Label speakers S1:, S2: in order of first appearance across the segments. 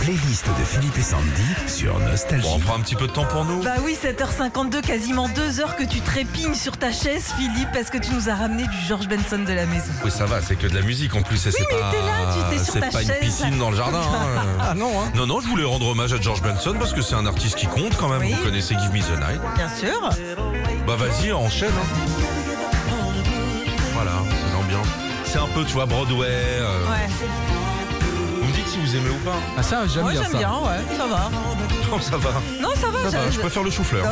S1: playlist de Philippe et Sandy sur
S2: Bon, on
S1: Nostalgie.
S2: prend un petit peu de temps pour nous.
S3: Bah oui, 7h52, quasiment 2 heures que tu trépignes sur ta chaise, Philippe, parce que tu nous as ramené du George Benson de la maison.
S2: Oui, ça va, c'est que de la musique en plus. et c'est
S3: mais
S2: pas,
S3: t'es là, tu t'es sur
S2: c'est
S3: ta
S2: pas une
S3: chaise.
S2: piscine dans le jardin. hein.
S1: Ah non, hein
S2: Non, non, je voulais rendre hommage à George Benson parce que c'est un artiste qui compte quand même.
S3: Oui.
S2: Vous connaissez Give Me the Night.
S3: Bien sûr.
S2: Bah vas-y, enchaîne. hein. Voilà, c'est l'ambiance. C'est un peu, tu vois, Broadway. euh,
S3: Ouais.
S2: Vous me dites si vous aimez ou pas.
S1: Ah ça, j'aime
S3: Moi j'aime bien, ouais, ça va.
S2: Non, ça va.
S3: Non, ça
S2: Ça va,
S3: va, j'aime-
S2: je préfère le chou-fleur.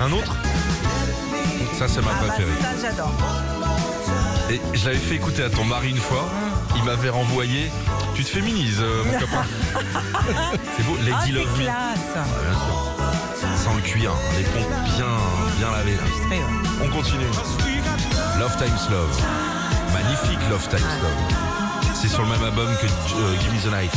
S2: un autre Ça, c'est ma
S3: Ah bah
S2: préférée.
S3: ça, j'adore.
S2: Et je l'avais fait écouter à ton mari une fois. Il m'avait renvoyé. Tu te féminises, euh, mon copain. c'est beau,
S3: Ah,
S2: Lady
S3: c'est
S2: Love Me.
S3: classe.
S2: Ah, bien sûr. Sans le cuir, hein, les pompes bien, bien lavées. là.
S3: Mais, ouais.
S2: On continue. Love Times Love. Magnifique Love Times Love. C'est sur le même album que euh, Give Me the Night.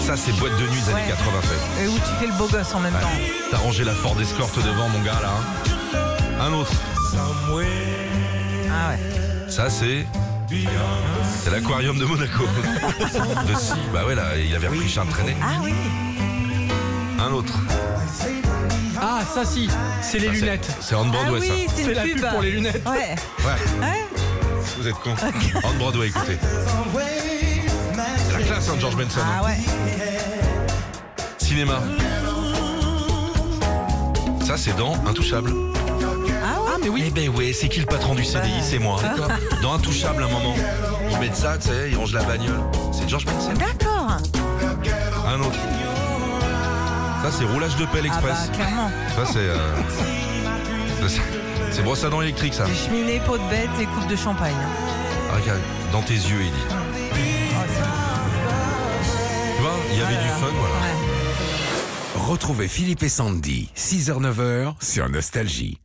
S2: Ça, c'est boîte de nuit des années
S3: Ouais.
S2: 87.
S3: Et où tu fais le beau gosse en même
S2: Ouais.
S3: temps.
S2: T'as rangé la Ford Escort devant, mon gars, là. hein. Un autre.
S3: Ah ouais.
S2: Ça, c'est. C'est l'aquarium de Monaco. de si. Bah ouais, là, il avait repris Charles Trenet.
S3: Ah oui.
S2: Un autre.
S4: Ah, ça si, c'est les
S2: Ça, c'est-
S4: lunettes.
S2: C'est On
S3: Ah
S2: Broadway,
S3: oui, c'est
S4: C'est la
S3: une
S4: pub pour les lunettes.
S3: Ouais.
S2: ça. Ouais,
S3: Ouais.
S2: vous êtes cons. On Broadway, écoutez. C'est la classe, hein, George Benson.
S3: Ah ouais.
S2: Cinéma. Ça, c'est dans Intouchable.
S3: Ah ouais.
S2: Mais oui. Eh ben ouais, c'est qui le patron du CDI C'est moi.
S3: Ah.
S2: Dans Intouchable, un moment. Ils mettent ça, tu sais, ils rongent la bagnole. C'est George Benson.
S3: D'accord. Ah,
S2: Un autre. Ça, c'est roulage de pelle
S3: Ah bah
S2: express.
S3: clairement.
S2: Ça, c'est. euh, ça, c'est- C'est brosse à dents électrique, ça.
S3: Des cheminées, peau de bête et coupe de champagne.
S2: Ah, Regarde, dans tes yeux, il dit.
S3: Oh, c'est-
S2: Tu vois, il y avait du fun, voilà.
S3: Ouais.
S1: Retrouvez Philippe et Sandy, 6h-9h sur Nostalgie.